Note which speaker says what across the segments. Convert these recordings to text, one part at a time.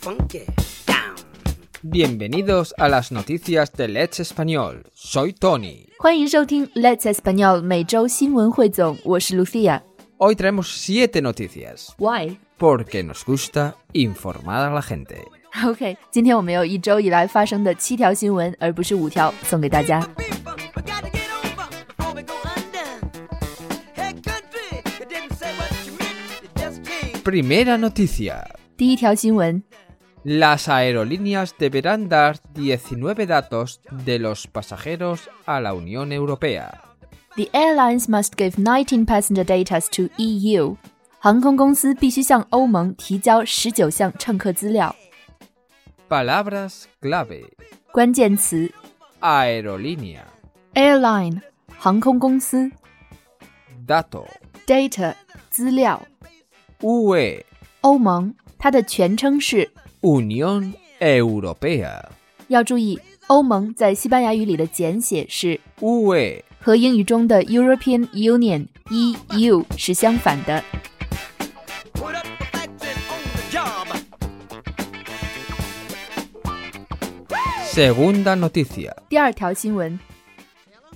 Speaker 1: funky down.
Speaker 2: Bienvenidos a las noticias de Let's Español. Soy Tony.
Speaker 3: 欢迎收听 Let's Español 每周新闻汇总，我是 Lucia。
Speaker 2: Hoy traemos siete noticias
Speaker 3: Why?
Speaker 2: porque nos gusta informar a la gente.
Speaker 3: OK，今天我们有一周以来发生的七条新闻，而不是五条，送给大家。
Speaker 1: People, we gotta get over before we go undone. Hey, country, you didn't say what you meant, you just came.
Speaker 2: Primera noticia.
Speaker 3: 第一条新闻，
Speaker 2: Las aerolíneas deberán dar 19 datos de los pasajeros a la Unión Europea.
Speaker 3: The airlines must give 19 passenger data to EU。航空公司必须向欧盟提交十九项乘客资料。
Speaker 2: Palabras clave.
Speaker 3: 关键词
Speaker 2: Aerolínea.
Speaker 3: airline 航空公司
Speaker 2: Dato.
Speaker 3: data 资料
Speaker 2: UE.
Speaker 3: 欧盟，它的全称是。
Speaker 2: Unión Europea.
Speaker 3: 要注意，欧盟在西班牙语里的简写是
Speaker 2: UE.
Speaker 3: 和英语中的 European Union (EU) 是相反的。
Speaker 1: Put up the fights and own the job.
Speaker 2: Segunda noticia.
Speaker 3: 第二条新闻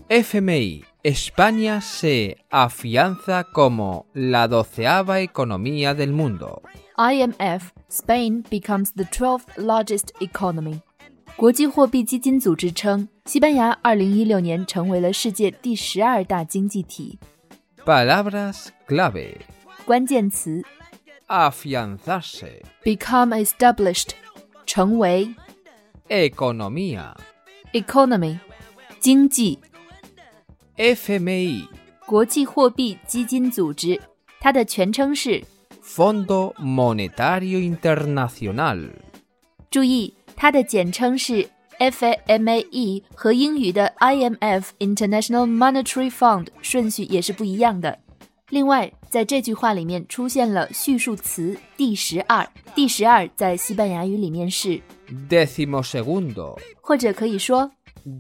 Speaker 2: FMI. España se afianza como la doceava economía del mundo.
Speaker 3: ：IMF Spain becomes the 12th largest economy。国际货币基金组织称，西班牙2016年成为了世界第十二大经济体。
Speaker 2: Palabras clave.
Speaker 3: 关键词
Speaker 2: Afianzarse.
Speaker 3: become established，成为
Speaker 2: Economía.
Speaker 3: economy，经济
Speaker 2: FMI.
Speaker 3: 国际货币基金组织，它的全称是
Speaker 2: Fondo Monetario Internacional.
Speaker 3: 注意，它的简称是 FAMAE E 和英语的 IMF International Monetary Fund 顺序也是不一样的。另外，在这句话里面出现了序数词第十二，第十二在西班牙语里面是，
Speaker 2: Décimo segundo.
Speaker 3: 或者可以说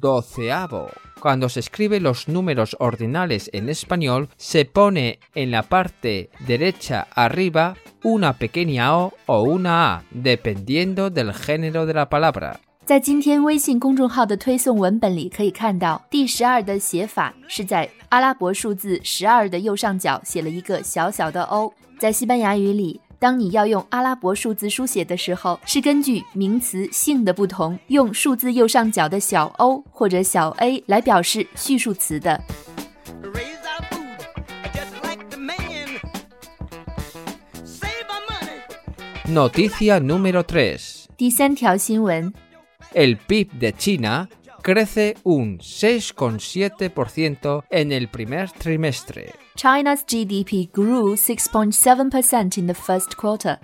Speaker 2: Doceavo. Cuando se escribe los números ordinales en español, se pone en la parte derecha arriba una pequeña O o una A, dependiendo del género de la palabra.
Speaker 3: 在今天微信公众号的推送文本里可以看到，第十二的写法是在阿拉伯数字十二的右上角写了一个小小的 o。在西班牙语里，当你要用阿拉伯数字书写的时候，是根据名词性的不同，用数字右上角的小 o 或者小 a 来表示序数词的。
Speaker 1: Raise our food, just like the man. Save our money.
Speaker 2: Noticia número 3.
Speaker 3: 第三条新闻
Speaker 2: El PIB de China crece un 6,7% en el primer trimestre.
Speaker 3: ，China's GDP grew 6.7% in the first quarter。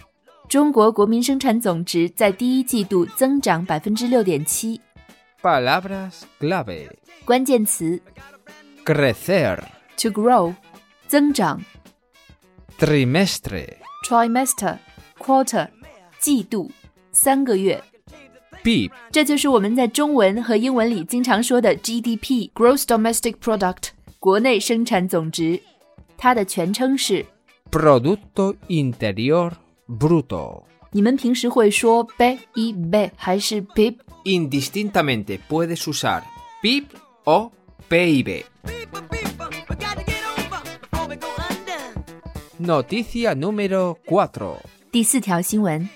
Speaker 3: 中国国民生产总值在第一季度增长百分之六点七。
Speaker 2: Palabras clave.
Speaker 3: 关键词
Speaker 2: Crecer.
Speaker 3: to grow 增长
Speaker 2: Trimestre.
Speaker 3: trimester quarter 季度三个月，
Speaker 2: PIB.
Speaker 3: 这就是我们在中文和英文里经常说的 GDP gross domestic product 国内生产总值，它的全称是。
Speaker 2: Producto Interior Bruto.
Speaker 3: 你们平时会说 b e b 还是 pip？
Speaker 2: Indistintamente puedes usar PIB o PIB.
Speaker 1: People, people, we gotta get over before we go undone.
Speaker 2: Noticia número 4.
Speaker 3: 第四条新闻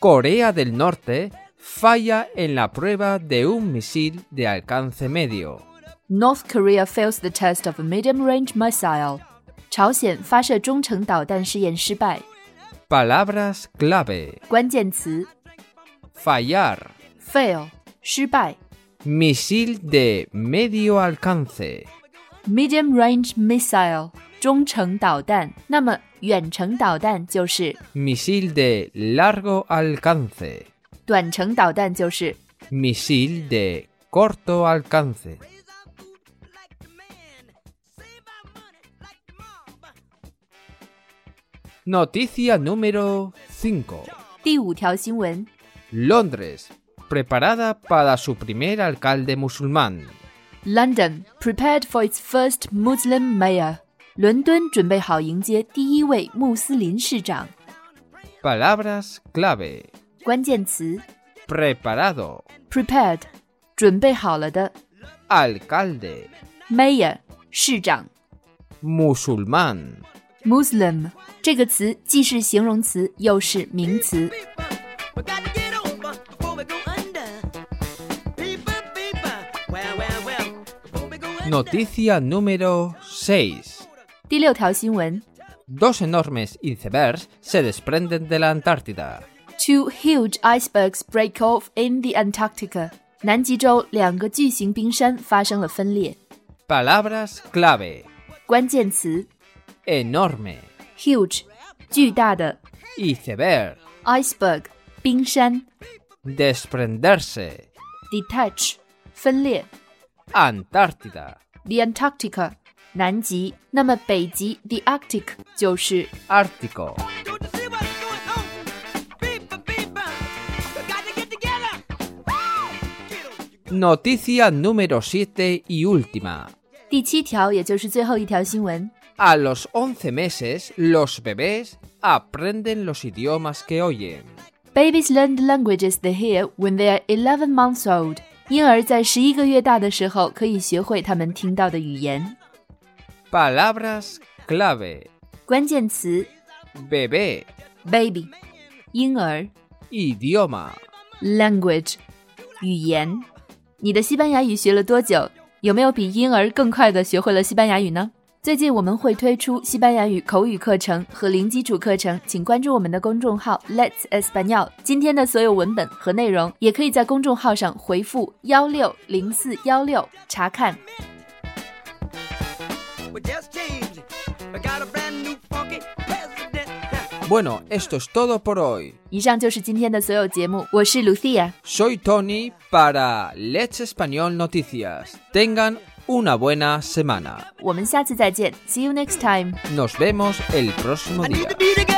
Speaker 2: Corea del Norte falla en la prueba de un misil de alcance medio.
Speaker 3: ：North Korea fails the test of a medium-range missile。朝鲜发射中程导弹试验失败。
Speaker 2: Palabras clave.
Speaker 3: 关键词
Speaker 2: Fallar.
Speaker 3: fail 失败
Speaker 2: Misil de medio alcance.
Speaker 3: medium range missile 中程导弹，那么远程导弹就是
Speaker 2: Misil de largo alcance.
Speaker 3: 短程导弹就是。
Speaker 2: Misil de corto
Speaker 1: Raise
Speaker 2: alcance.
Speaker 1: our food like the man. Save our money like the mob.
Speaker 2: Noticia número 5.
Speaker 3: 第五条新闻
Speaker 2: Londres, preparada para su primer alcalde musulmán.
Speaker 3: ：London prepared for its first Muslim mayor。伦敦准备好迎接第一位穆斯林市长。
Speaker 2: Palabras clave.
Speaker 3: 关键词
Speaker 2: preparado,
Speaker 3: prepared，准备好了的
Speaker 2: alcalde,
Speaker 3: mayor，市长
Speaker 2: musulmán,
Speaker 3: Muslim 这个词既是形容词，又是名词。
Speaker 1: We gotta get over before we go under. People, people, well, well, well, before we go under.
Speaker 2: Noticia número 6.
Speaker 3: 第六条新闻
Speaker 2: Dos enormes icebergs se desprenden de la Antártida.
Speaker 3: ：Two huge icebergs break off in the Antarctica。南极洲两个巨型冰山发生了分裂。
Speaker 2: Palabras clave.
Speaker 3: 关键词
Speaker 2: Enorme.
Speaker 3: huge，巨大的
Speaker 2: Iceberg.
Speaker 3: iceberg，冰山
Speaker 2: Desprenderse.
Speaker 3: detach，分裂
Speaker 2: Antártida.
Speaker 3: the Antarctica，南极。那么北极 the Arctic 就是。
Speaker 2: Ártico.
Speaker 1: Don't you see what's going on? People, people, we gotta get together. Woo! Get over, you
Speaker 2: Noticia número 7 y última.
Speaker 3: 第七条，也就是最后一条新闻。
Speaker 2: A los 11 meses, los bebés aprenden los idiomas que oyen.
Speaker 3: Babies learn the languages they hear when they are 11 months old。婴儿在十一个月大的时候可以学会他们听到的语言。
Speaker 2: Palabras clave.
Speaker 3: 关键词
Speaker 2: Bebé.
Speaker 3: baby，婴儿
Speaker 2: Idioma.
Speaker 3: language，语言。你的西班牙语学了多久？有没有比婴儿更快的学会了西班牙语呢？最近我们会推出西班牙语口语课程和零基础课程，请关注我们的公众号 Let's Espanol。今天的所有文本和内容，也可以在公众号上回复幺六零四幺六查看。
Speaker 1: we just changed. We got a brand new funky president.
Speaker 2: Bueno, esto es todo por hoy.
Speaker 3: 以上就是今天的所有节目，我是 Lucia，
Speaker 2: Soy Tony para Let's Español Noticias. Tengan una buena semana.
Speaker 3: 我们下次再见，See you next time。
Speaker 2: Nos vemos el próximo
Speaker 1: I need
Speaker 2: día.
Speaker 1: to be Uh. together.